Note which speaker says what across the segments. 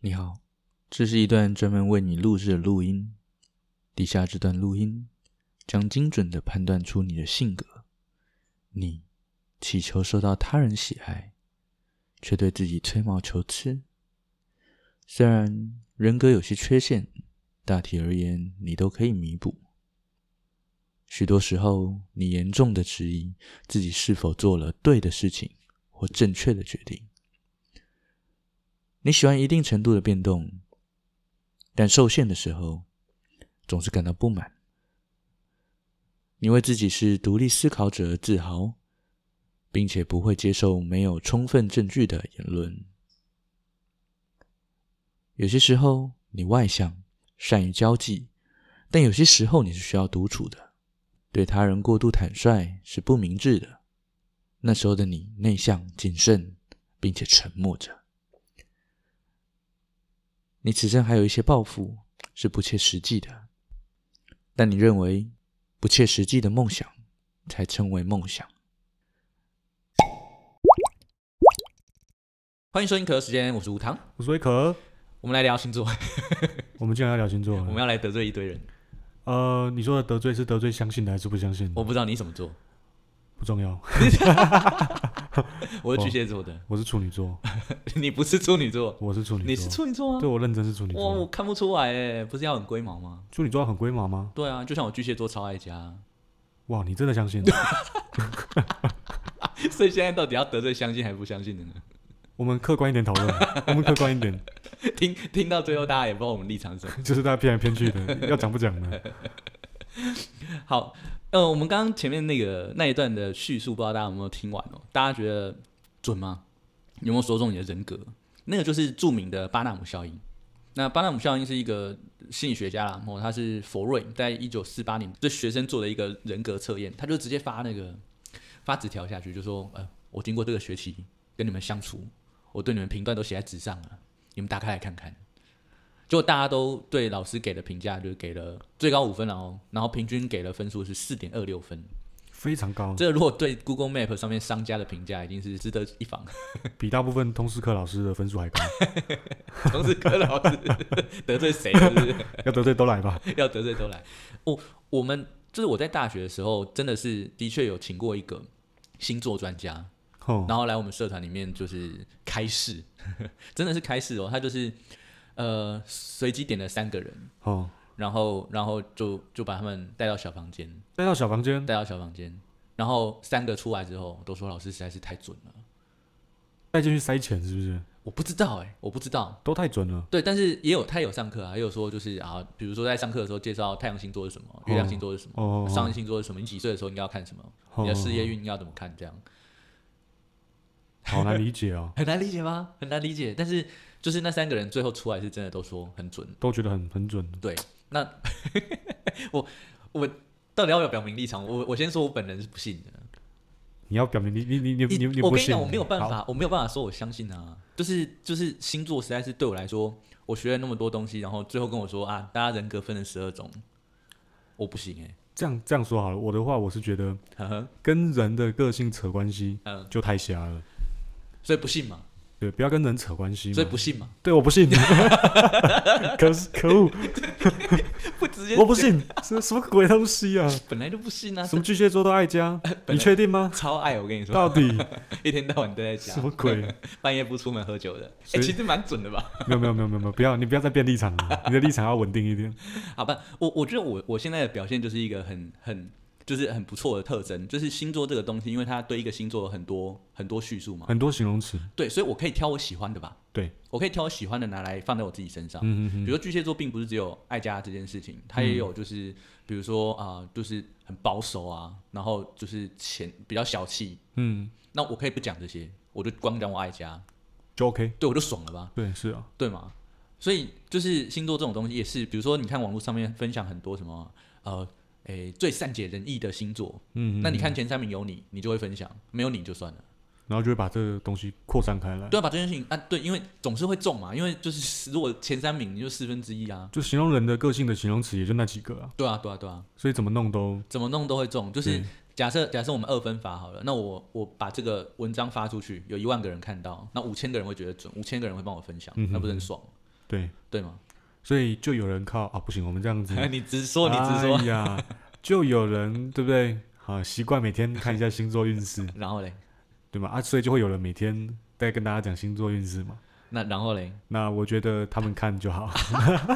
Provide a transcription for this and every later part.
Speaker 1: 你好，这是一段专门为你录制的录音。底下这段录音将精准地判断出你的性格。你祈求受到他人喜爱，却对自己吹毛求疵。虽然人格有些缺陷，大体而言你都可以弥补。许多时候，你严重的质疑自己是否做了对的事情或正确的决定。你喜欢一定程度的变动，但受限的时候，总是感到不满。你为自己是独立思考者而自豪，并且不会接受没有充分证据的言论。有些时候你外向，善于交际，但有些时候你是需要独处的。对他人过度坦率是不明智的。那时候的你内向、谨慎，并且沉默着。你此生还有一些抱负是不切实际的，但你认为不切实际的梦想才称为梦想。欢迎收听《可乐时间》，我是吴糖，
Speaker 2: 我是威可，
Speaker 1: 我们来聊星座，
Speaker 2: 嗯我们竟然要聊星座了。
Speaker 1: 我们要来得罪一堆人。
Speaker 2: 呃，你说的得罪是得罪相信的还是不相信的？
Speaker 1: 我不知道你怎么做，
Speaker 2: 不重要，
Speaker 1: 我是巨蟹座的，
Speaker 2: 我是处女座，
Speaker 1: 你不是处女座，
Speaker 2: 我是处女座，
Speaker 1: 你是处女座吗？
Speaker 2: 对我认真是处女
Speaker 1: 哇，我
Speaker 2: 座。
Speaker 1: 看不出来哎，不是要很龟毛吗？
Speaker 2: 处女座很龟毛吗？
Speaker 1: 对啊，就像我巨蟹座超爱家，啊
Speaker 2: 哇，你真的相信？
Speaker 1: 所以现在到底要得罪相信还不相信的呢？
Speaker 2: 我们客观一点讨论，啊我们客观一点，
Speaker 1: 听听到最后，大家也不知道我们立场是什么。
Speaker 2: 就是大家骗来骗去的，要讲不讲呢？
Speaker 1: 好，呃，我们刚刚前面那个那一段的叙述，不知道大家有没有听完哦？大家觉得准吗？有没有说中你的人格？那个就是著名的巴纳姆效应。那巴纳姆效应是一个心理学家啦，哦，他是佛瑞在一九四八年对学生做的一个人格测验，他就直接发那个发纸条下去，就说，呃，我经过这个学期跟你们相处，我对你们评断都写在纸上了，你们打开来看看。就大家都对老师给的评价，就是给了最高五分，然后然后平均给的分数是四点二六分。
Speaker 2: 非常高，
Speaker 1: 这如果对 Google Map 上面商家的评价，一定是值得一 防。
Speaker 2: 比大部分通识课老师的分数还 高。
Speaker 1: 同时，柯老师得罪谁了？是不是
Speaker 2: 要得罪都来吧。
Speaker 1: 要得罪都来。我我们就是我在大学的时候，真的是的确有请过一个星座专家，
Speaker 2: 吼，
Speaker 1: 然后来我们社团里面就是开市， 真的是开市哦。他就是呃随机点了三个人，
Speaker 2: 吼，
Speaker 1: 然后然后就就把他们带到小房间。
Speaker 2: 带到小房间，
Speaker 1: 带到小房间，然后三个出来之后都说老师实在是太准了。
Speaker 2: 带进去塞钱是不是？
Speaker 1: 我不知道哎、我不知道。
Speaker 2: 都太准了。
Speaker 1: 对，但是也有他有上课啊，也有说就是啊，比如说在上课的时候介绍太阳星座是什么，月亮星座是什么，
Speaker 2: 哦，
Speaker 1: 上升星座是什么，你几岁的时候应该要看什么，你的事业运应该要怎么看，这样
Speaker 2: 好难理解哦，
Speaker 1: 很难理解吗？很难理解。但是就是那三个人最后出来是真的都说很准。
Speaker 2: 都觉得很很准。
Speaker 1: 到底要不要表明立场？我我先说，我本人是不信的。
Speaker 2: 你要表明你你你你你你
Speaker 1: 我
Speaker 2: 不
Speaker 1: 跟你
Speaker 2: 信？
Speaker 1: 讲，我没有办
Speaker 2: 好
Speaker 1: 法，我没有办法说我相信啊。就是就是星座实在是对我来说，我学了那么多东西，然后最后跟我说啊，大家人格分成十二种，我不行哎、
Speaker 2: 这样这样说好了，我的话我是觉得
Speaker 1: 呵呵，
Speaker 2: 跟人的个性扯关系
Speaker 1: 嗯，
Speaker 2: 就太瞎了，
Speaker 1: 所以不信嘛，
Speaker 2: 对，不要跟人扯关系
Speaker 1: 所以
Speaker 2: 嘛。
Speaker 1: 不信嘛，
Speaker 2: 对，我不信，可是可 恶，
Speaker 1: 不直接
Speaker 2: 我不信，什什么鬼东 西啊？
Speaker 1: 本来就不信啊，
Speaker 2: 什么巨蟹座都爱家，
Speaker 1: 本
Speaker 2: 你
Speaker 1: 来
Speaker 2: 确定吗？
Speaker 1: 超爱我跟你 说，
Speaker 2: 到底
Speaker 1: 一天到晚都在家
Speaker 2: 什，么鬼？
Speaker 1: 半夜不出门喝酒的，哎、
Speaker 2: 所以
Speaker 1: 其实蛮准的吧？
Speaker 2: 没有没有没有没有没有，不要你不要再变立场了，你的立场要稳定一 点。
Speaker 1: 好吧，我我觉得我我现在的表现就是一个很很。就是很不错的特征，就是星座这个东西，因为它对一个星座有很多很多叙述嘛，
Speaker 2: 很多形容词，
Speaker 1: 对，所以我可以挑我喜欢的吧。
Speaker 2: 对，
Speaker 1: 我可以挑我喜欢的拿来放在我自己身上。
Speaker 2: 嗯
Speaker 1: 比
Speaker 2: 嗯
Speaker 1: 如说巨蟹座并不是只有爱家这件事情，它也有就是、比如说啊、就是很保守啊，然后就是钱比较小气。
Speaker 2: 嗯，
Speaker 1: 那我可以不讲这些，我就光讲我爱家，
Speaker 2: 就 OK。
Speaker 1: 对我就爽了吧，
Speaker 2: 对，是啊，
Speaker 1: 对吗？所以就是星座这种东西也是，比如说你看网络上面分享很多什么呃。诶，最善解人意的星座，
Speaker 2: 嗯，嗯
Speaker 1: 那你，看前三名有你，你就会分享；没有你就算了。
Speaker 2: 然后就会把这个东西扩散开来，
Speaker 1: 对啊，把这件事情啊，对，因为总是会中嘛，因为就是如果前三名你就四分之一啊，
Speaker 2: 就形容人的个性的形容词也就那几个啊，
Speaker 1: 对啊，对啊，对啊，
Speaker 2: 所以怎么弄都
Speaker 1: 怎么弄都会中。就是
Speaker 2: 对
Speaker 1: 假设假设我们二分法好了，那我我把这个文章发出去，有一万个人看到，那五千个人会觉得准，五千个人会帮我分享，
Speaker 2: 嗯哼
Speaker 1: 那不是很爽？
Speaker 2: 对，
Speaker 1: 对吗？，
Speaker 2: 所以就有人靠啊，不行，我们这样子
Speaker 1: 你直说，你直说。
Speaker 2: 哎呀，就有人对不对？好，习惯每天看一下星座运 势，
Speaker 1: 然后嘞，
Speaker 2: 对吗？啊，所以就会有人每天在跟大家讲星座运势嘛。
Speaker 1: 那然后嘞，
Speaker 2: 那我觉得他们看就好，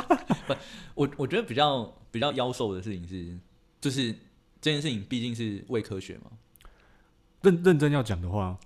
Speaker 1: 我我觉得比较比较妖兽的事情是，就是这件事情毕竟是伪科学嘛。
Speaker 2: 认认真要讲的话，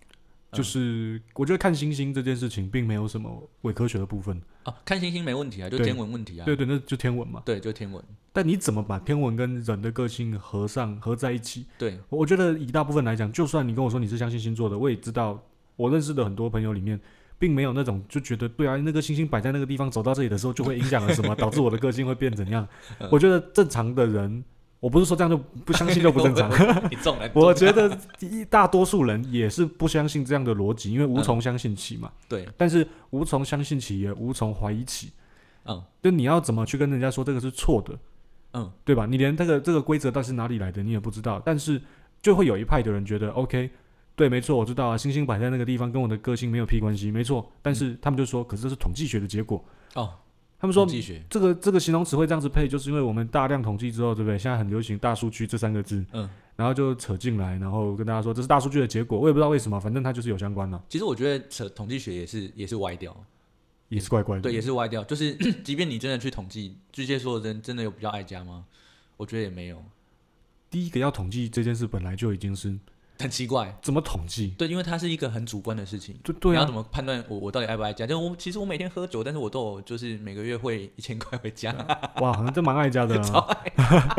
Speaker 1: 嗯
Speaker 2: 就是、我觉得看星星这件事情并没有什么伪科学的部分，
Speaker 1: 啊，看星星没问题啊，就
Speaker 2: 对
Speaker 1: 天文问题啊。
Speaker 2: 对对，那就天文嘛。
Speaker 1: 对，就天文。
Speaker 2: 但你怎么把天文跟人的个性合上合在一起？
Speaker 1: 对，
Speaker 2: 我我觉得以大部分来讲，就算你跟我说你是相信星座的，我也知道，我认识的很多朋友里面，并没有那种就觉得对啊，那个星星摆在那个地方，走到这里的时候就会影响了什么，导致我的个性会变怎样。我觉得正常的人，我不是说这样就不相信就不正常，
Speaker 1: 你中了。你中了
Speaker 2: 我觉得一大多数人也是不相信这样的逻辑，因为无从相信起嘛。
Speaker 1: 对，
Speaker 2: 但是无从相信起，也无从怀疑起。
Speaker 1: 嗯
Speaker 2: 就你要怎么去跟人家说这个是错的，
Speaker 1: 嗯，
Speaker 2: 对吧？你连这个这个规则到底是哪里来的，你也不知道。但是就会有一派的人觉得，OK，对，没错，我知道啊，星星摆在那个地方跟我的个性没有屁关系，没错。但是他们就说，可是这是统计学的结果。
Speaker 1: 哦，
Speaker 2: 他们说
Speaker 1: 统计学，
Speaker 2: 这个这个形容词会这样子配，就是因为我们大量统计之后，对不对？现在很流行大数据这三个字，
Speaker 1: 嗯，
Speaker 2: 然后就扯进来，然后跟大家说这是大数据的结果。我也不知道为什么，反正它就是有相关了、
Speaker 1: 其实我觉得扯统计学也是也是歪掉，
Speaker 2: 也是怪怪的。
Speaker 1: 对，也是歪掉。就是 即便你真的去统计，巨蟹座的人真的有比较爱家吗？我觉得也没有，
Speaker 2: 第一个要统计这件事本来就已经是
Speaker 1: 很奇怪。
Speaker 2: 怎么统计？
Speaker 1: 对，因为它是一个很主观的事情。
Speaker 2: 对对
Speaker 1: 你要
Speaker 2: 啊
Speaker 1: 怎，么判断我我到底爱不爱家？就我其实我每天喝酒，但是我都有就是每个月汇一千块回家。
Speaker 2: 哇，好像真蛮爱家的
Speaker 1: 超
Speaker 2: 啊。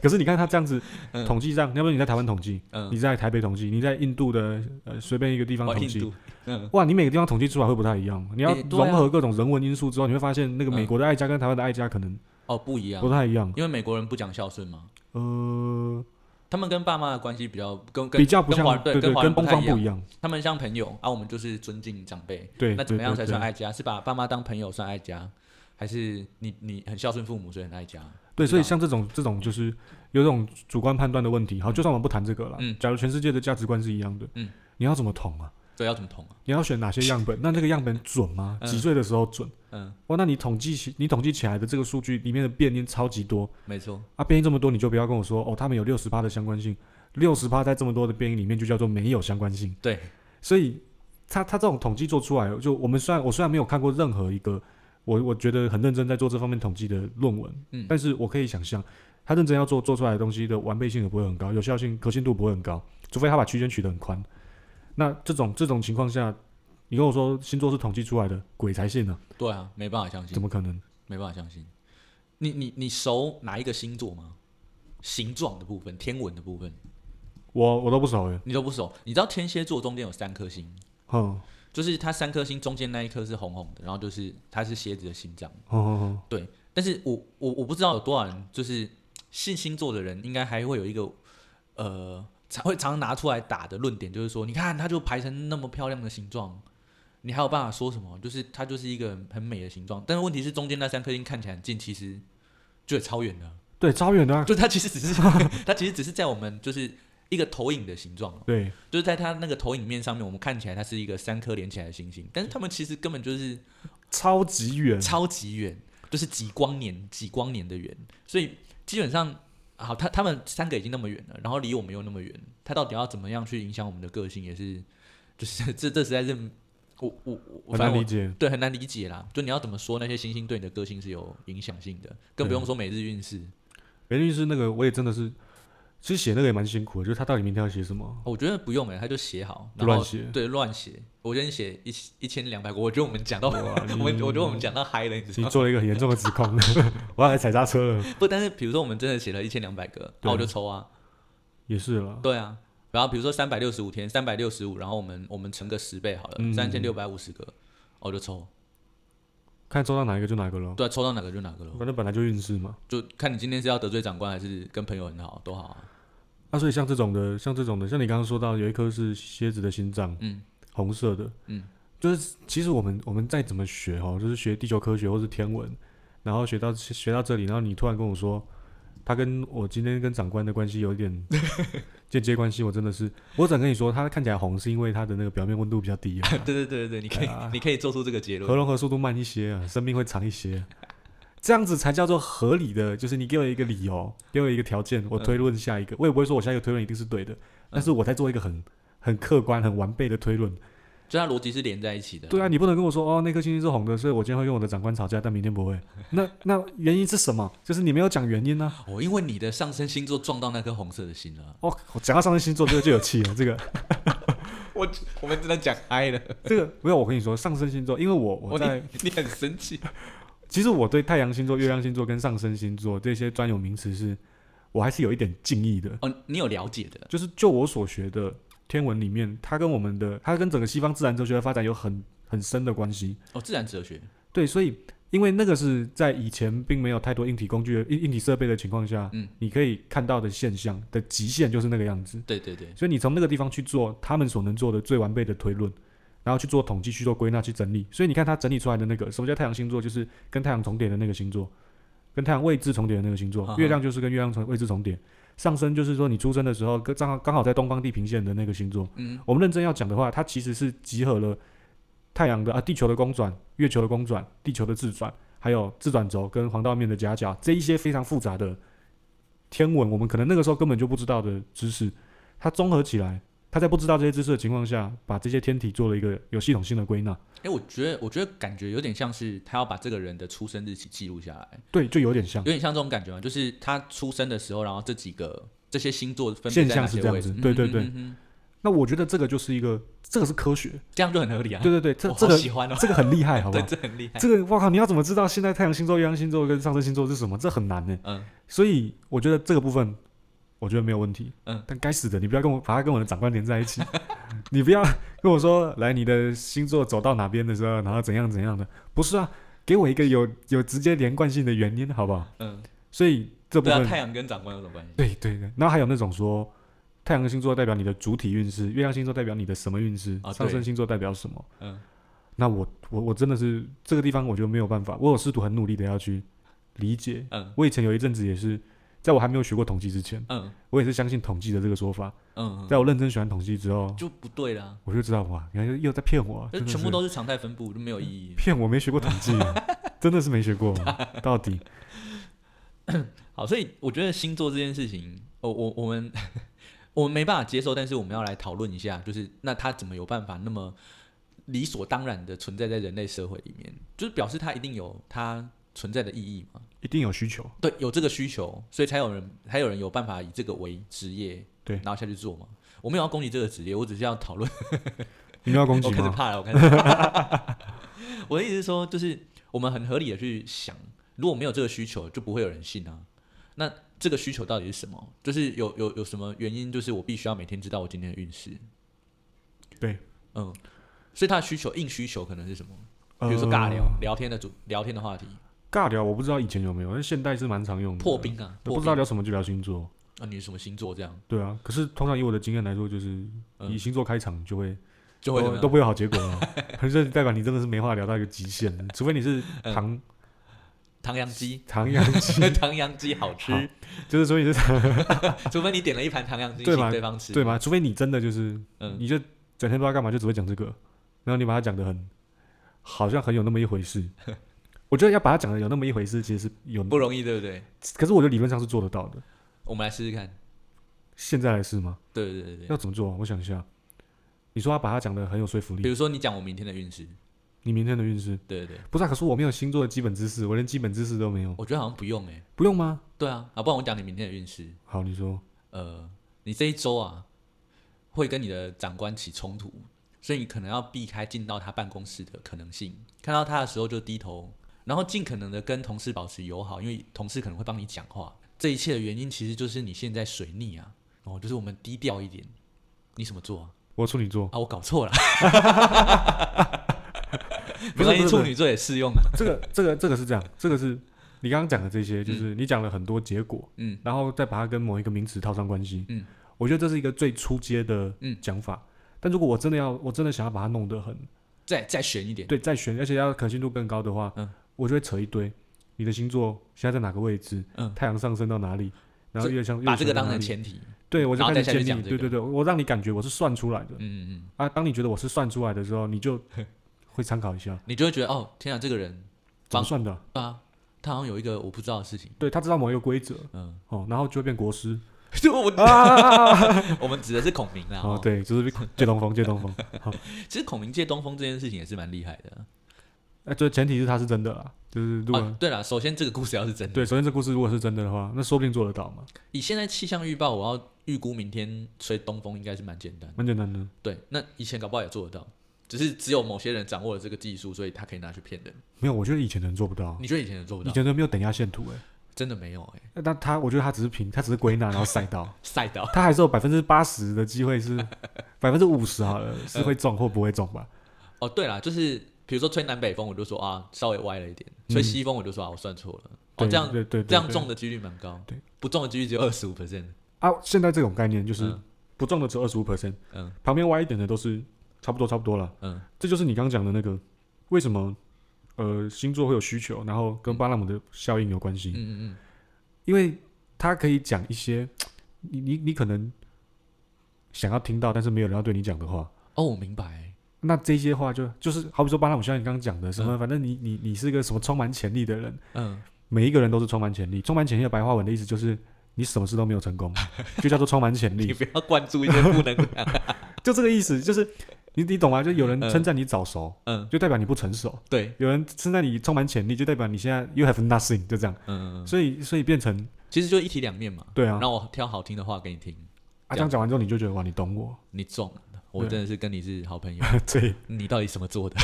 Speaker 2: 可是你看他这样子统计上，要不然你在台湾统计，
Speaker 1: 嗯，
Speaker 2: 你在台北统计，你在印度的呃随便一个地方
Speaker 1: 哦
Speaker 2: 统
Speaker 1: 印
Speaker 2: 计，
Speaker 1: 度，嗯，
Speaker 2: 哇，你每个地方统计出来会不太一样。你要
Speaker 1: 诶对啊
Speaker 2: 融合各种人文因素之后，你会发现那个美
Speaker 1: 嗯
Speaker 2: 国的爱家跟台湾的爱家可能
Speaker 1: 哦不一样
Speaker 2: 不，太一样。
Speaker 1: 因为美国人不讲孝顺嘛，
Speaker 2: 呃，
Speaker 1: 他们跟爸妈的关系比较跟跟
Speaker 2: 比较不
Speaker 1: 跟
Speaker 2: 像
Speaker 1: 华人
Speaker 2: 对
Speaker 1: 跟华
Speaker 2: 跟
Speaker 1: 人
Speaker 2: 东
Speaker 1: 不太
Speaker 2: 方
Speaker 1: 一
Speaker 2: 不一
Speaker 1: 样，
Speaker 2: 样。
Speaker 1: 他们像朋友啊，我们就是尊敬长辈。
Speaker 2: 对，
Speaker 1: 那怎么
Speaker 2: 对
Speaker 1: 样
Speaker 2: 对
Speaker 1: 才算
Speaker 2: 对
Speaker 1: 爱家？是把爸妈当朋友算爱家，还是你你很孝顺父母所以很爱家？
Speaker 2: 对，
Speaker 1: 知
Speaker 2: 所以
Speaker 1: 道
Speaker 2: 像这种这种就是有这种主观判断的问题。好，就算我们不谈这个了，
Speaker 1: 嗯
Speaker 2: 假如全世界的价值观是一样的，
Speaker 1: 嗯，
Speaker 2: 你要怎么统啊？
Speaker 1: 对，要怎么统啊？
Speaker 2: 你要选哪些样本？那这个样本准吗？
Speaker 1: 嗯
Speaker 2: 几岁的时候准？
Speaker 1: 嗯，
Speaker 2: 哇，那你统计起你统计起来的这个数据里面的变因超级多
Speaker 1: 没错，
Speaker 2: 啊，变因这么多，你就不要跟我说哦，他们有六十八的相关性，六十八在这么多的变因里面就叫做没有相关性。
Speaker 1: 对，
Speaker 2: 所以他他这种统计做出来，就我们虽然我虽然没有看过任何一个我我觉得很认真在做这方面统计的论文，
Speaker 1: 嗯
Speaker 2: 但是我可以想象，他认真要做做出来的东西的完备性也不会很高，有效性可信度不会很高，除非他把区间取得很宽。那这种这种情况下，你跟我说星座是统计出来的，鬼才信呢、
Speaker 1: 对啊，没办法相
Speaker 2: 怎
Speaker 1: 信，
Speaker 2: 么可能？
Speaker 1: 没办法相信。你你你熟哪一个星座吗？形状的部分，天文的部分，
Speaker 2: 我我都不熟耶，
Speaker 1: 你都不熟。你知道天蝎座中间有三颗星，
Speaker 2: 哼
Speaker 1: 就是它三颗星中间那一颗是红红的，然后就是它是蝎子的心脏。
Speaker 2: 哼哼哼，
Speaker 1: 但是我我我不知道有多少人就是信星座的人，应该还会有一个呃常会常拿出来打的论点，就是说，你看它就排成那么漂亮的形状，你还有办法说什么？就是它就是一个很美的形状。但是问题是中间那三颗星看起来很近，其实就也超远的，
Speaker 2: 对，超远的、啊，
Speaker 1: 就它其实只是 它其实只是在我们就是一个投影的形状哦，
Speaker 2: 对，
Speaker 1: 就是在它那个投影面上面，我们看起来它是一个三颗连起来的星星，但是它们其实根本就是
Speaker 2: 超级远，
Speaker 1: 超级远，就是几光年、几光年的远，所以基本上，好，他他们三个已经那么远了，然后离我们又那么远，他到底要怎么样去影响我们的个性，也是，就是 这这实在是，我我我
Speaker 2: 很
Speaker 1: 反正
Speaker 2: 难理
Speaker 1: 我
Speaker 2: 解。
Speaker 1: 对很难理解啦。就你要怎么说那些星星对你的个性是有影响性的，更不
Speaker 2: 对
Speaker 1: 用说每日运势。
Speaker 2: 袁律师那个我也真的是，其实写那个也蛮辛苦的，就是他到底明天要写什么，
Speaker 1: 我觉得不用哎、他就写好，然
Speaker 2: 乱
Speaker 1: 后
Speaker 2: 写
Speaker 1: 对乱写。我今天写一一千两百个，我觉得我们讲到 我们我觉得我们讲到嗨了，你知
Speaker 2: 你
Speaker 1: 道吗？
Speaker 2: 做了一个很严重的指控， 我要来踩刹车 了，
Speaker 1: 不，但是比如说我们真的写了一千两百个，那我
Speaker 2: 对
Speaker 1: 就抽啊。
Speaker 2: 也是了。
Speaker 1: 对啊，然后比如说三百六十五天，三百六十五，然后我们我们乘个十倍好了，
Speaker 2: 嗯
Speaker 1: 三千六百五十个，我就抽，
Speaker 2: 看抽到哪一个就哪一个喽，
Speaker 1: 对、啊，抽到哪个就哪个咯，
Speaker 2: 反正本来就运势嘛。
Speaker 1: 就看你今天是要得罪长官还是跟朋友很好，都好啊、
Speaker 2: 啊，所以像这种的，像这种的，像你刚刚说到有一颗是蝎子的心脏，
Speaker 1: 嗯，
Speaker 2: 红色的，
Speaker 1: 嗯，
Speaker 2: 就是其实我们我们再怎么学哦，就是学地球科学或是天文，然后学到学到这里，然后你突然跟我说他跟我今天跟长官的关系有一点 间接关系，我真的是，我只能跟你说，他看起来红是因为他的那个表面温度比较低啊，
Speaker 1: 对对对对，你可以、
Speaker 2: 对 啊
Speaker 1: 你可以做出这个结
Speaker 2: 核
Speaker 1: 论。
Speaker 2: 融合速度慢一些啊，生命会长一些，这样子才叫做合理的。就是你给我一个理由，给我一个条件，我推论下一个，我也不会说我下一个推论一定是对的，但是我在做一个很很客观、很完备的推论。
Speaker 1: 就它逻辑是连在一起的。
Speaker 2: 对啊，你不能跟我说哦，那颗星星是红的，所以我今天会跟我的长官吵架，但明天不会。 那那原因是什么？就是你没有讲原因啊呢、
Speaker 1: 哦，因为你的上升星座撞到那颗红色的星了。啊
Speaker 2: 哦，我讲到上升星座，这个就有气了。这个
Speaker 1: 我我们真的讲嗨了，
Speaker 2: 这个没有，我跟你说，上升星座，因为我我在
Speaker 1: 你你很生气。
Speaker 2: 其实我对太阳星座、月亮星座跟上升星座这些专有名词是，我还是有一点敬意的。
Speaker 1: 哦，你有了解的，
Speaker 2: 就是就我所学的天文里面，它跟我们的，它跟整个西方自然哲学的发展有很很深的关系。
Speaker 1: 哦，自然哲学，
Speaker 2: 对，所以因为那个是在以前并没有太多硬体工具的硬硬体设备的情况下，
Speaker 1: 嗯，
Speaker 2: 你可以看到的现象的极限就是那个样子。
Speaker 1: 对对对，
Speaker 2: 所以你从那个地方去做他们所能做的最完备的推论，然后去做统计、去做归纳、去整理。所以你看他整理出来的那个，什么叫太阳星座？就是跟太阳重叠的那个星座，跟太阳位置重叠的那个星座
Speaker 1: 啊。哈
Speaker 2: 月亮就是跟月亮重位置重叠。上升就是说你出生的时候跟正好刚好在东方地平线的那个星座。
Speaker 1: 嗯，
Speaker 2: 我们认真要讲的话，它其实是集合了太阳的啊、地球的公转、月球的公转、地球的自转，还有自转轴跟黄道面的夹角这一些非常复杂的天文，我们可能那个时候根本就不知道的知识，它综合起来，它在不知道这些知识的情况下，把这些天体做了一个有系统性的归纳，
Speaker 1: 哎，我觉得我觉得感觉有点像是他要把这个人的出生日期记录下来，
Speaker 2: 对，就有点像
Speaker 1: 有点像这种感觉嘛，就是他出生的时候，然后这几个这些星座分别
Speaker 2: 现
Speaker 1: 在哪
Speaker 2: 象是
Speaker 1: 些
Speaker 2: 这样
Speaker 1: 位置
Speaker 2: 子，对对
Speaker 1: 嗯
Speaker 2: 对
Speaker 1: 嗯嗯嗯
Speaker 2: 那我觉得这个就是一个，这个是科学，
Speaker 1: 这样就很合理啊，
Speaker 2: 对对对，这
Speaker 1: 我
Speaker 2: 这
Speaker 1: 好
Speaker 2: 个
Speaker 1: 喜欢哦，
Speaker 2: 这个很厉害，好不
Speaker 1: 对，
Speaker 2: 好？
Speaker 1: 这很厉害，
Speaker 2: 这个我靠，你要怎么知道现在太阳星座、月亮星座跟上升星座是什么？这很难呢。
Speaker 1: 嗯，
Speaker 2: 所以我觉得这个部分，我觉得没有问题。
Speaker 1: 嗯，
Speaker 2: 但该死的，你不要跟我把它跟我的长官连在一起， 你不要跟我说来你的星座走到哪边的时候，然后怎样怎样的，不是啊，给我一个有有直接连贯性的原因，好不好？
Speaker 1: 嗯，
Speaker 2: 所以这部
Speaker 1: 对啊，
Speaker 2: 分，
Speaker 1: 太阳跟长官有什么关系？
Speaker 2: 对对对，然后还有那种说。太阳星座代表你的主体运势，月亮星座代表你的什么运势，
Speaker 1: 啊对
Speaker 2: 上升星座代表什么？
Speaker 1: 嗯，
Speaker 2: 那我我我真的是这个地方，我就没有办法。我有试图很努力的要去理解。
Speaker 1: 嗯
Speaker 2: 我以前有一阵子也是，在我还没有学过统计之前，
Speaker 1: 嗯
Speaker 2: 我也是相信统计的这个说法。
Speaker 1: 嗯，嗯
Speaker 2: 在我认真喜欢统计之后，
Speaker 1: 就不对啦，
Speaker 2: 我就知道哇，原来又在骗我啊，
Speaker 1: 就
Speaker 2: 真的
Speaker 1: 全部
Speaker 2: 是嗯
Speaker 1: 都是常态分布，就没有意义。
Speaker 2: 骗我，没学过统 计，真的是没学过，到底
Speaker 1: 好，所以我觉得星座这件事情，哦，我我们我们没办法接受，但是我们要来讨论一下，就是那它怎么有办法那么理所当然的存在在人类社会里面？就是表示它一定有它存在的意义嘛？
Speaker 2: 一定有需求。
Speaker 1: 对，有这个需求，所以才有人才有人有办法以这个为职业，
Speaker 2: 对
Speaker 1: 然后下去做嘛。我没有要攻击这个职业，我只是要讨论。
Speaker 2: 你们要攻 击
Speaker 1: 我开始
Speaker 2: 吗？
Speaker 1: 怕了，我开始怕了。 我的意思是说，就是我们很合理的去想，如果没有这个需求，就不会有人信啊。那这个需求到底是什么？就是有有有什么原因？就是我必须要每天知道我今天的运势。
Speaker 2: 对，
Speaker 1: 嗯，所以他的需求硬需求可能是什么？比如说尬聊、聊天的主聊天的话题，
Speaker 2: 呃尬聊，我不知道以前有没有，但现代是蛮常用的。
Speaker 1: 破，冰啊，
Speaker 2: 不
Speaker 1: 破
Speaker 2: 知
Speaker 1: 冰
Speaker 2: 道
Speaker 1: 啊，
Speaker 2: 聊什么就聊星座。
Speaker 1: 你是什么星座这样
Speaker 2: 对啊，可是通常以我的经验来说，就是
Speaker 1: 嗯
Speaker 2: 以星座开场就会
Speaker 1: 就会怎么
Speaker 2: 都
Speaker 1: 样
Speaker 2: 都不会有好结果啊， 这代表你真的是没话聊到一个极限 了，除非你是
Speaker 1: 嗯
Speaker 2: 唐，
Speaker 1: 唐扬鸡
Speaker 2: 唐阳鸡，
Speaker 1: 唐扬鸡好吃，
Speaker 2: 好就是说你是
Speaker 1: 除非你点了一盘唐扬鸡
Speaker 2: 对
Speaker 1: 请
Speaker 2: 嘛
Speaker 1: 对方吃，
Speaker 2: 对？吗？除非你真的就是
Speaker 1: 嗯，
Speaker 2: 你就整天不知道干嘛，就只会讲这个，然后你把它讲的很，好像很有那么一回事。我觉得要把它讲的有那么一回事，其实是有，
Speaker 1: 不容易，对不对？
Speaker 2: 可是我觉得理论上是做得到的。
Speaker 1: 我们来试试看。
Speaker 2: 现在来试吗？
Speaker 1: 对对对对，
Speaker 2: 要怎么做啊、我想一下。你说要把它讲的很有说服
Speaker 1: 比
Speaker 2: 力，
Speaker 1: 如说你讲我明天的运势，
Speaker 2: 你明天的运势
Speaker 1: 对对对，
Speaker 2: 不是、啊？可是我没有星座的基本知识，我连基本知识都没有，
Speaker 1: 我觉得好像不用哎、
Speaker 2: 不用吗？
Speaker 1: 对啊，啊，不然我讲你明天的运势，
Speaker 2: 好，你说
Speaker 1: 呃，你这一周啊会跟你的长官起冲突，所以你可能要避开进到他办公室的可能性，看到他的时候就低头，然后尽可能的跟同事保持友好，因为同事可能会帮你讲话。这一切的原因其实就是你现在水逆啊，哦，就是我们低调一点。你什么座啊？
Speaker 2: 我处女座，
Speaker 1: 啊，我搞错了。 没关
Speaker 2: 不是不
Speaker 1: 系，
Speaker 2: 是
Speaker 1: 处女座也适用啊。
Speaker 2: 这个这个这个是这样，这个是你刚刚讲的这些，就是你讲了很多结果，
Speaker 1: 嗯，
Speaker 2: 然后再把它跟某一个名词套上关系。
Speaker 1: 嗯，
Speaker 2: 我觉得这是一个最初阶的
Speaker 1: 嗯
Speaker 2: 讲法。但如果我真的要，我真的想要把它弄得很
Speaker 1: 再再悬一点。
Speaker 2: 对，再选，而且要可信度更高的话，
Speaker 1: 嗯，
Speaker 2: 我就会扯一堆。你的星座现在在哪个位置，
Speaker 1: 嗯
Speaker 2: 太阳上升到哪里，然后
Speaker 1: 这
Speaker 2: 月相
Speaker 1: 把这个
Speaker 2: 月相在
Speaker 1: 当
Speaker 2: 哪
Speaker 1: 成
Speaker 2: 里，
Speaker 1: 前提。
Speaker 2: 对我就
Speaker 1: 然后
Speaker 2: 开
Speaker 1: 再下
Speaker 2: 始
Speaker 1: 去
Speaker 2: 建
Speaker 1: 讲
Speaker 2: 议，
Speaker 1: 这
Speaker 2: 对对对，我让你感觉我是算出来的
Speaker 1: 嗯嗯嗯，
Speaker 2: 啊。当你觉得我是算出来的时候，你 就会参考一下
Speaker 1: 你就会觉得哦，天啊，这个人
Speaker 2: 怎
Speaker 1: 帮
Speaker 2: 么算的，
Speaker 1: 啊，他好像有一个我不知道的事情。
Speaker 2: 对他知道某一个规则
Speaker 1: 嗯，
Speaker 2: 哦，然后就会变国师
Speaker 1: 就我们
Speaker 2: 啊。
Speaker 1: 我们指的是孔明啦。
Speaker 2: 哦
Speaker 1: 哦，，
Speaker 2: 对，就是 借东风，借东风。
Speaker 1: 其实孔明借东风这件事情也是蛮厉害的。
Speaker 2: 哎，这前提是他是真的啦，就是如果、
Speaker 1: 哦，对了，首先这个故事要是真的，
Speaker 2: 啊对，首先这故事如果是真的的话，那说不定做得到嘛，
Speaker 1: 以现在气象预报，我要预估明天吹东风应该是蛮简单的。
Speaker 2: 蛮简单的。
Speaker 1: 对，那以前搞不好也做得到，只是只有某些人掌握了这个技术，所以他可以拿去骗人。
Speaker 2: 没有，我觉得以前的人做不到，啊
Speaker 1: 你觉得以前人做不
Speaker 2: 以
Speaker 1: 到？
Speaker 2: 前的人没有等压线图哎、
Speaker 1: 真的没有哎、
Speaker 2: 那他，我觉得他只是凭，他只是归纳然后赛道，
Speaker 1: 赛道
Speaker 2: 他还是有百分之八十的机会是，百分之五十好了是会中或不会中吧？
Speaker 1: 哦，对啦，就是比如说吹南北风，我就说啊，稍微歪了一点；吹西风，我就说啊，我算错了。哦，
Speaker 2: 嗯对
Speaker 1: 这样
Speaker 2: 对对对
Speaker 1: 这样
Speaker 2: 对
Speaker 1: 中的几率蛮高，
Speaker 2: 对，
Speaker 1: 不中的几率只有二十五 percent。
Speaker 2: 啊，现在这种概念就是
Speaker 1: 嗯
Speaker 2: 不中的只有二十五 percent，
Speaker 1: 嗯
Speaker 2: 旁边歪一点的都是差不多差不多了。
Speaker 1: 嗯
Speaker 2: 这就是你刚刚讲的那个为什么呃星座会有需求，然后跟巴纳姆的效应有关系。
Speaker 1: 嗯嗯
Speaker 2: 因为他可以讲一些你你你可能想要听到，但是没有人要对你讲的话。
Speaker 1: 嗯，哦，我明白。
Speaker 2: 那这些话就就是好比说巴纳姆像你刚刚讲的什么，反正你你你是个什么充满潜力的人，
Speaker 1: 嗯，
Speaker 2: 每一个人都是充满潜力。充满潜力的白话文的意思就是你什么事都没有 成功，就叫做充满潜
Speaker 1: 你
Speaker 2: 力，
Speaker 1: 不要关注一些不 能。
Speaker 2: 就这个意思。就是你你懂吗？就有人称赞你早熟，
Speaker 1: 嗯，
Speaker 2: 就代表你不成熟；
Speaker 1: 对，
Speaker 2: 有人称赞你充满潜力，就代表你现在 you have nothing，就这样。
Speaker 1: 嗯，嗯嗯
Speaker 2: 所以所以变成啊
Speaker 1: 其实就一体两面嘛。
Speaker 2: 对啊，
Speaker 1: 让我挑好听的话给你听，
Speaker 2: 啊这样讲完之后你就觉得哇，你懂我，
Speaker 1: 你中了，我
Speaker 2: 对
Speaker 1: 真的是跟你是好 朋友。
Speaker 2: 对。
Speaker 1: 你到底什么做的？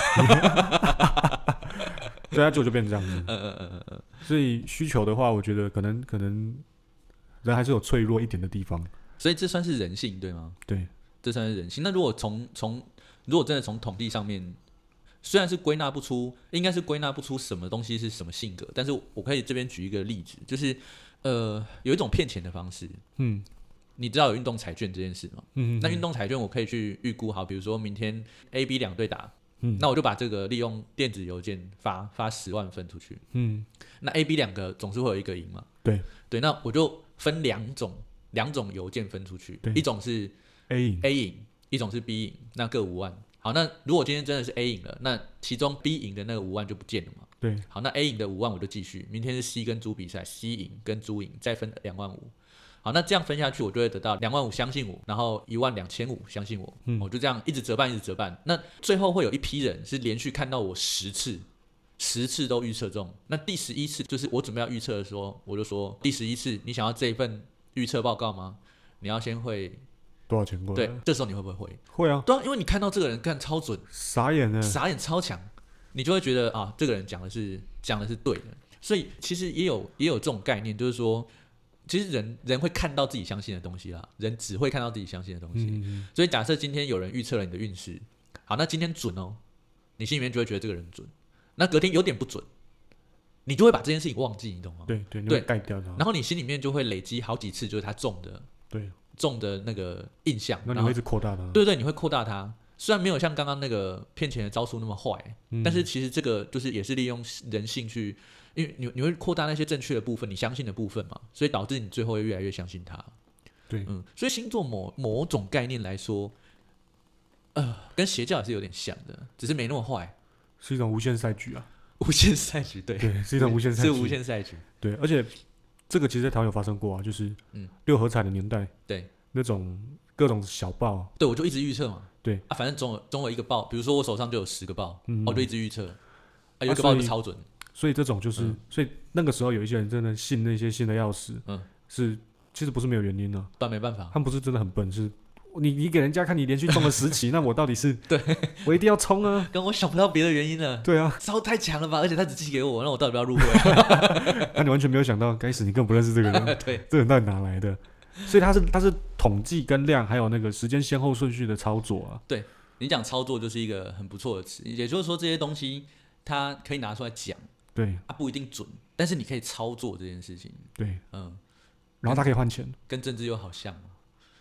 Speaker 2: 对啊，就就变成这样子。
Speaker 1: 嗯嗯嗯嗯嗯。
Speaker 2: 所以需求的话，我觉得可能可能人还是有脆弱一点的地方。
Speaker 1: 所以这算是人性，对吗？
Speaker 2: 对，
Speaker 1: 这算是人性。那如果从从如果真的从统计上面，虽然是归纳不出，应该是归纳不出什么东西是什么性格，但是我可以这边举一个例子，就是呃，有一种骗钱的方式，
Speaker 2: 嗯
Speaker 1: 你知道有运动彩券这件事吗？
Speaker 2: 嗯，
Speaker 1: 那运动彩券我可以去预估好，比如说明天 A、B 两队打，
Speaker 2: 嗯
Speaker 1: 那我就把这个利用电子邮件发发十万份出去，
Speaker 2: 嗯
Speaker 1: 那 A、B 两个总是会有一个赢嘛？
Speaker 2: 对
Speaker 1: 对，那我就分两种两种邮件分出去
Speaker 2: 对，
Speaker 1: 一种是
Speaker 2: A 影
Speaker 1: A 赢，一种是 B 赢，那各五万。好，那如果今天真的是 A 赢了，那其中 B 赢的那个五万就不见了嘛？
Speaker 2: 对
Speaker 1: 好，那 A 赢的五万我就继续，明天是 C 跟猪比赛，C 赢跟猪赢，再分两万五。好，那这样分下去，我就会得到两万五相信我，然后一万两千五相信我，
Speaker 2: 嗯
Speaker 1: 我就这样一直折半，一直折半。那最后会有一批人是连续看到我十次，十次都预测中。那第十一次就是我准备要预测的时候，我就说第十一次，你想要这一份预测报告吗？你要先会
Speaker 2: 多少钱过来？
Speaker 1: 对，这时候你会不会回？
Speaker 2: 会啊，
Speaker 1: 对啊，因为你看到这个人干超准，
Speaker 2: 傻眼呢。啊
Speaker 1: 傻眼超强，你就会觉得啊，这个人讲的是讲的是对的。所以其实也有也有这种概念，就是说，其实人人会看到自己相信的东西啦，人只会看到自己相信的东西。
Speaker 2: 嗯，
Speaker 1: 所以假设今天有人预测了你的运势，好，那今天准哦，你心里面就会觉得这个人准。那隔天有点不准，你就会把这件事情忘记，你懂吗？
Speaker 2: 对啊对，
Speaker 1: 嗯
Speaker 2: 你
Speaker 1: 对
Speaker 2: 会盖掉它。
Speaker 1: 然后你心里面就会累积好几次，就是他中的
Speaker 2: 对，
Speaker 1: 中的那个印象，
Speaker 2: 那你
Speaker 1: 然后
Speaker 2: 会一直扩大它。
Speaker 1: 对对，你会扩大它。虽然没有像刚刚那个骗钱的招数那么坏，
Speaker 2: 嗯，
Speaker 1: 但是其实这个就是也是利用人性去，因为你你会扩大那些正确的部分，你相信的部分嘛，所以导致你最后会越来越相信它。
Speaker 2: 对
Speaker 1: 嗯，所以星座某某种概念来说，呃，跟邪教也是有点像的，只是没那么 坏。
Speaker 2: 是一种无限赛局啊。
Speaker 1: 无限赛局，对，
Speaker 2: 对，是一种无限赛
Speaker 1: 是无
Speaker 2: 局。
Speaker 1: 限赛局，
Speaker 2: 对，而且这个其实在台湾有发生过啊，就是
Speaker 1: 嗯
Speaker 2: 六合彩的年代，
Speaker 1: 对
Speaker 2: 那种各种小报，
Speaker 1: 对我就一直预测嘛，
Speaker 2: 对
Speaker 1: 啊，反正总有总有一个爆，比如说我手上就有十个爆，
Speaker 2: 嗯
Speaker 1: 哦我就一直预测，啊，有
Speaker 2: 啊
Speaker 1: 一个爆
Speaker 2: 所
Speaker 1: 就
Speaker 2: 以
Speaker 1: 超准，
Speaker 2: 所以这种就是，
Speaker 1: 嗯
Speaker 2: 所以那个时候有一些人真的信那些信的要死，
Speaker 1: 嗯，啊
Speaker 2: 是其实不是没有原因的、
Speaker 1: 但没办法，
Speaker 2: 他们不是真的很笨，是你你给人家看你连续中了十 期，那我到底是对，我一定要冲啊，
Speaker 1: 跟我想不到别的原因了。
Speaker 2: 对啊，
Speaker 1: 招太强了吧！而且他只寄给我，那我到底要不要入会、啊
Speaker 2: 那、你完全没有想到，该死，你根本不认识这个人，
Speaker 1: 对，
Speaker 2: 这人到底哪来的？所以他是他是统计跟量，还有那个时间先后顺序的操作啊，
Speaker 1: 你讲操作就是一个很不错的词，也就是说这些东西它可以拿出来讲，
Speaker 2: 对
Speaker 1: 它不一定准，但是你可以操作这件事情。
Speaker 2: 对，
Speaker 1: 嗯，
Speaker 2: 然后他可以换钱，
Speaker 1: 跟政治又好像哦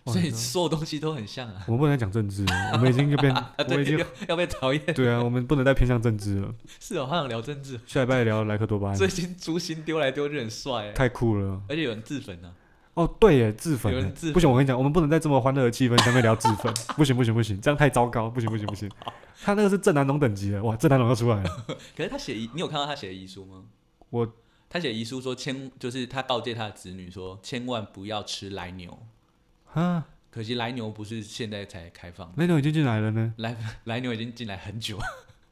Speaker 2: 哇
Speaker 1: 所以
Speaker 2: 你知道
Speaker 1: 所有东西都很像啊。
Speaker 2: 我们不能再讲政治了，我们已经就变，我
Speaker 1: 对
Speaker 2: 们已，经
Speaker 1: 要要被讨厌
Speaker 2: 对啊，我们不能再偏向政治了。
Speaker 1: 是哦，好想聊政治。
Speaker 2: 下礼拜聊莱克多巴胺
Speaker 1: 最，近竹心丢来丢去很帅欸，
Speaker 2: 太酷了。
Speaker 1: 而且有人自焚啊呢、
Speaker 2: 哦，对耶，自焚
Speaker 1: 有人
Speaker 2: 耶
Speaker 1: 自焚
Speaker 2: 不行，我跟你讲，我们不能在这么欢乐的气氛下面聊自焚， 不行不行不行，这样太糟糕，不行不行不行。 他那个是郑南榕等级的，哇，郑南榕要出来了，
Speaker 1: 可是他写遗，你有看到他写的遗书吗？
Speaker 2: 我
Speaker 1: 他写遗书说千，就是他告诫他的子女说，千万不要吃来牛。
Speaker 2: 啊，
Speaker 1: 可惜来牛不是现在才开放，
Speaker 2: 那牛已经进来了呢，
Speaker 1: 来来牛已经进来很久，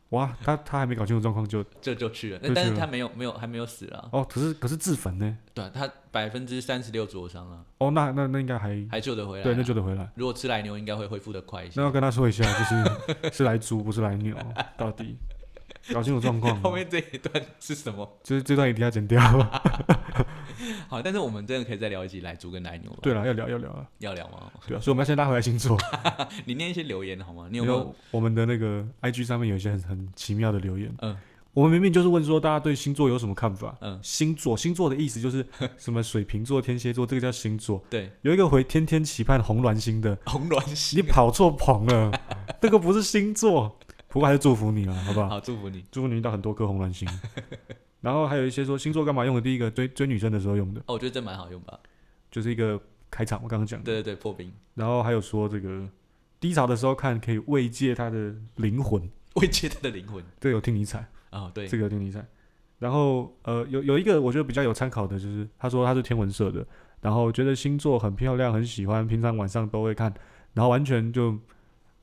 Speaker 2: 哇，他他还没搞清楚状况就
Speaker 1: 这就去了。那
Speaker 2: 就去了
Speaker 1: 但是他没有没有还没有死啊，
Speaker 2: 哦，可是可是自焚呢，
Speaker 1: 对啊他百分之三十六灼伤啊，
Speaker 2: 哦，那那那应该还
Speaker 1: 还救得回来啊、
Speaker 2: 对，那就得回来。
Speaker 1: 如果吃来牛应该会恢复的快一些，
Speaker 2: 那。要跟他说一下，就是是来猪不是来牛，到底搞清楚状况 啊
Speaker 1: 后面这一段是什么？
Speaker 2: 就是这段一定要剪掉。
Speaker 1: 好，但是我们真的可以再聊一集来猪跟来牛吧？
Speaker 2: 对了，要聊要聊了，
Speaker 1: 要聊吗？
Speaker 2: 对啊，所以我们要先拉回来星座。
Speaker 1: 你念一些留言好吗？你有
Speaker 2: 因
Speaker 1: 没
Speaker 2: 为
Speaker 1: 有？
Speaker 2: 我们的那个 IG 上面有一些很很奇妙的留言？
Speaker 1: 嗯，
Speaker 2: 我们明明就是问说大家对星座有什么看法？
Speaker 1: 嗯
Speaker 2: 星座星座的意思就是 什么水瓶座、天蝎座，这个叫星座。
Speaker 1: 对，
Speaker 2: 有一个回天天期盼红鸾 星的，
Speaker 1: 红鸾
Speaker 2: 你
Speaker 1: 星。啊
Speaker 2: 跑错棚了，这个不是星座。不过还是祝福你了，好不好？
Speaker 1: 好，祝福你。
Speaker 2: 祝福你遇到很多颗红鸾星。然后还有一些说星座干嘛用的，第一个追追女生的时候用的，
Speaker 1: 哦，我觉得这蛮好用吧？
Speaker 2: 就是一个开场，我刚刚讲的。
Speaker 1: 对对对，破冰，
Speaker 2: 然后还有说这个低潮的时候看可以慰藉他的灵魂，
Speaker 1: 慰藉他的灵魂。
Speaker 2: 这个有听你踩。
Speaker 1: 哦，对
Speaker 2: 这，个有点理解。然后呃，有有一个我觉得比较有参考的，就是他说他是天文社的，然后觉得星座很漂亮，很喜欢，平常晚上都会看，然后完全就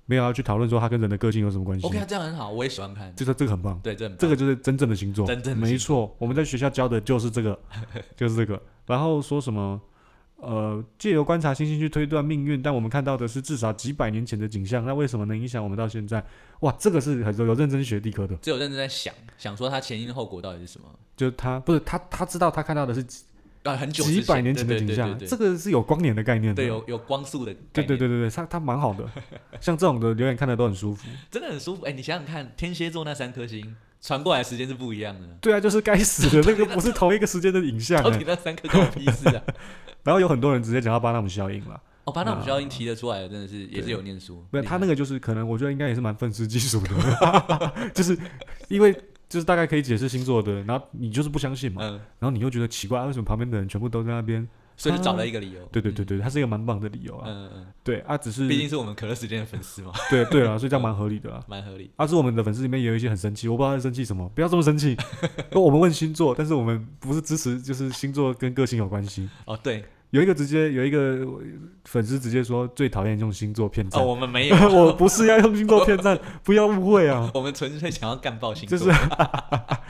Speaker 2: 没有要去讨论说他跟人的个性有什么关系。
Speaker 1: OK，这样很好，我也喜欢看。
Speaker 2: 这个这个很棒，
Speaker 1: 对，这很棒
Speaker 2: 这个就是真正的星座，
Speaker 1: 真正的
Speaker 2: 没
Speaker 1: 星
Speaker 2: 错。我们在学校教的就是 这个，就是这个。然后说什么呃，借由观察星星去推断命运，但我们看到的是至少几百年前的景象，那为什么能影响我们到现在？哇，这个是很有有认真学地科的。
Speaker 1: 只有认真在想，想说他前因后果到底是什么。
Speaker 2: 就他不是他，他知道他看到的是几
Speaker 1: 啊，很久之
Speaker 2: 几
Speaker 1: 前
Speaker 2: 百年前的
Speaker 1: 对对
Speaker 2: 景象，啊
Speaker 1: 对对
Speaker 2: 这
Speaker 1: 对
Speaker 2: 个是有光年的概念的。
Speaker 1: 对有有光速的概念，
Speaker 2: 对对对对对，他他蛮 好的，像这种的留言看的都很舒服。
Speaker 1: 真的很舒服。哎，你想想看，天蝎座那三颗星传过来的时间是不一样的，
Speaker 2: 对啊，就是该死的那个不是同一个时间的 影像
Speaker 1: 到
Speaker 2: 欸、
Speaker 1: 底那三颗关我屁事 啊？
Speaker 2: 然后有很多人直接讲到巴纳姆效应了，
Speaker 1: 哦，巴纳姆效应提得出来的，真的是也是有念书。
Speaker 2: 啊没有他那个就是可能我觉得应该也是蛮愤世嫉俗的， 就是因为就是大概可以解释星座的，然后你就是不相信嘛，
Speaker 1: 嗯，
Speaker 2: 然后你又觉得奇怪，为什么旁边的人全部都在那边？
Speaker 1: 所以就找了一个理由。
Speaker 2: 对对对对，他是一个蛮棒的理由啊。
Speaker 1: 嗯嗯，嗯嗯
Speaker 2: 对啊，只是
Speaker 1: 嗯，毕竟是我们可乐时间的粉丝嘛，
Speaker 2: 对对啊，所以这样蛮合理的啊。
Speaker 1: 蛮合理。
Speaker 2: 啊，是我们的粉丝里面也有一些很生气，我不知道他在生气什么，不要这么 生气。我们问星座，但是我们不是支持，就是星座跟个性有关系。
Speaker 1: 哦， 对，
Speaker 2: 有一个直接有一个呃粉丝直接说最讨厌用星座骗赞，
Speaker 1: 哦，我们没有，
Speaker 2: 我不是要用星座骗赞，不要误会啊，
Speaker 1: 我们纯粹想要干爆星
Speaker 2: 就
Speaker 1: 座。
Speaker 2: 是，啊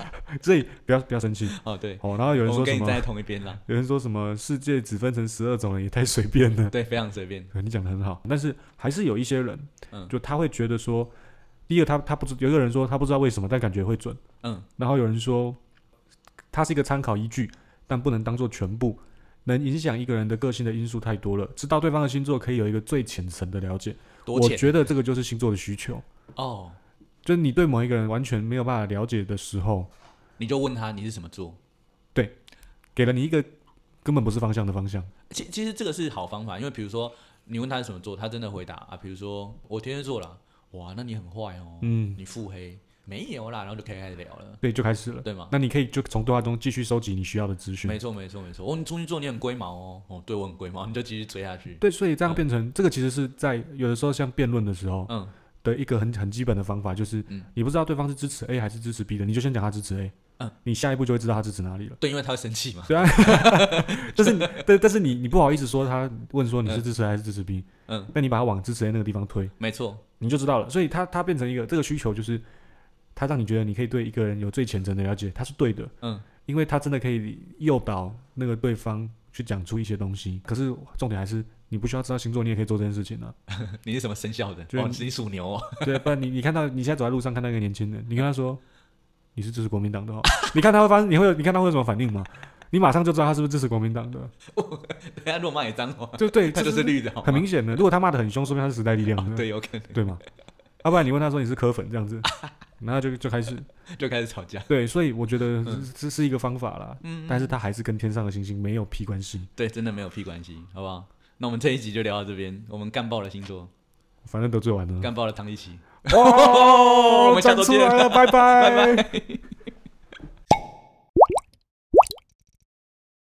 Speaker 2: 所以不要不要生气。
Speaker 1: 哦，对，
Speaker 2: 哦，然后有人
Speaker 1: 我们
Speaker 2: 说
Speaker 1: 跟
Speaker 2: 什
Speaker 1: 你站在
Speaker 2: 么？
Speaker 1: 同一边啦。
Speaker 2: 有人说什么？世界只分成十二种人，也太随便了。
Speaker 1: 对，非常随便。
Speaker 2: 呃你讲的很好，但是还是有一些人，
Speaker 1: 嗯
Speaker 2: 就他会觉得说，第一个他他不知有一个人说他不知道为什么，但感觉会准。
Speaker 1: 嗯，
Speaker 2: 然后有人说，它是一个参考依据，但不能当做全部。能影响一个人的个性的因素太多了，知道对方的星座可以有一个最浅层的了解。
Speaker 1: 多
Speaker 2: 我
Speaker 1: 浅
Speaker 2: 觉得这个就是星座的需求，
Speaker 1: 哦，
Speaker 2: 就是你对某一个人完全没有办法了解的时候，
Speaker 1: 你就问他你是什么座。
Speaker 2: 给了你一个根本不是方向的方向。
Speaker 1: 其其实这个是好方法，因为比如说你问他是什么座，他真的回答啊，比如说我天蝎座啦，哇，那你很坏哦，
Speaker 2: 嗯，
Speaker 1: 你腹黑，没有啦，然后就可以开始聊了，
Speaker 2: 对，就开始了。
Speaker 1: 对吗？
Speaker 2: 那你可以就从对话中继续收集你需要的资讯
Speaker 1: 没。错，没错，没错。哦，你处女座你很龟毛哦，哦，对我很龟毛，你就继续追下去。
Speaker 2: 对，所以这样变成这个其实是在有的时候像辩论的时候
Speaker 1: 嗯，
Speaker 2: 的一个很很基本的方法，就是
Speaker 1: 嗯
Speaker 2: 你不知道对方是支持 A 还是支持 B 的，你就先讲他支持 A，
Speaker 1: 嗯，
Speaker 2: 你下一步就会知道他支持哪里了。
Speaker 1: 对，因为他会生气嘛。
Speaker 2: 对啊，
Speaker 1: 嗯
Speaker 2: 但是你 但但是你你不好意思说他问说你是支持 A 还是支持 B，
Speaker 1: 嗯，
Speaker 2: 但你把他往支持 A 那个地方推，
Speaker 1: 没错，
Speaker 2: 你就知道了。所以他他变成一个这个需求就是，他让你觉得你可以对一个人有最虔诚的了解，他是对的，
Speaker 1: 嗯，
Speaker 2: 因为他真的可以诱导那个对方去讲出一些东西。可是重点还是你不需要知道星座，你也可以做这件事情啊。
Speaker 1: 你是什么生肖的？
Speaker 2: 就
Speaker 1: 哦，你属牛 哦。
Speaker 2: 对，不然你你看到你现在走在路上看到一个年轻人，你跟他说你是支持国民党的、哦， 你看他会发生，你会有你看他会有什么反应吗？你马上就知道他是不是支持国民党的，
Speaker 1: 人家如果骂你脏话，
Speaker 2: 对 对，
Speaker 1: 他就
Speaker 2: 这
Speaker 1: 是嗯绿的，好吗哦
Speaker 2: 很明显的。如果他骂的很凶，说明他是时代力量的，
Speaker 1: 对，有可能
Speaker 2: 对吗？要不然你问他说你是科粉这 样子，然后就就开始
Speaker 1: 就开始吵架。
Speaker 2: 对，所以我觉
Speaker 1: 嗯
Speaker 2: 得这这是一个方法啦，但是他还是跟天上的星星没有屁关系。
Speaker 1: 对，真的没有屁关系，好不好？那我们这一集就聊到这边，我们干爆了星座，
Speaker 2: 反正得罪完 了。
Speaker 1: 干爆了唐立奇，
Speaker 2: 哦，
Speaker 1: 我们下
Speaker 2: 长
Speaker 1: 周
Speaker 2: 出
Speaker 1: 见
Speaker 2: 来了，拜拜
Speaker 1: 拜拜。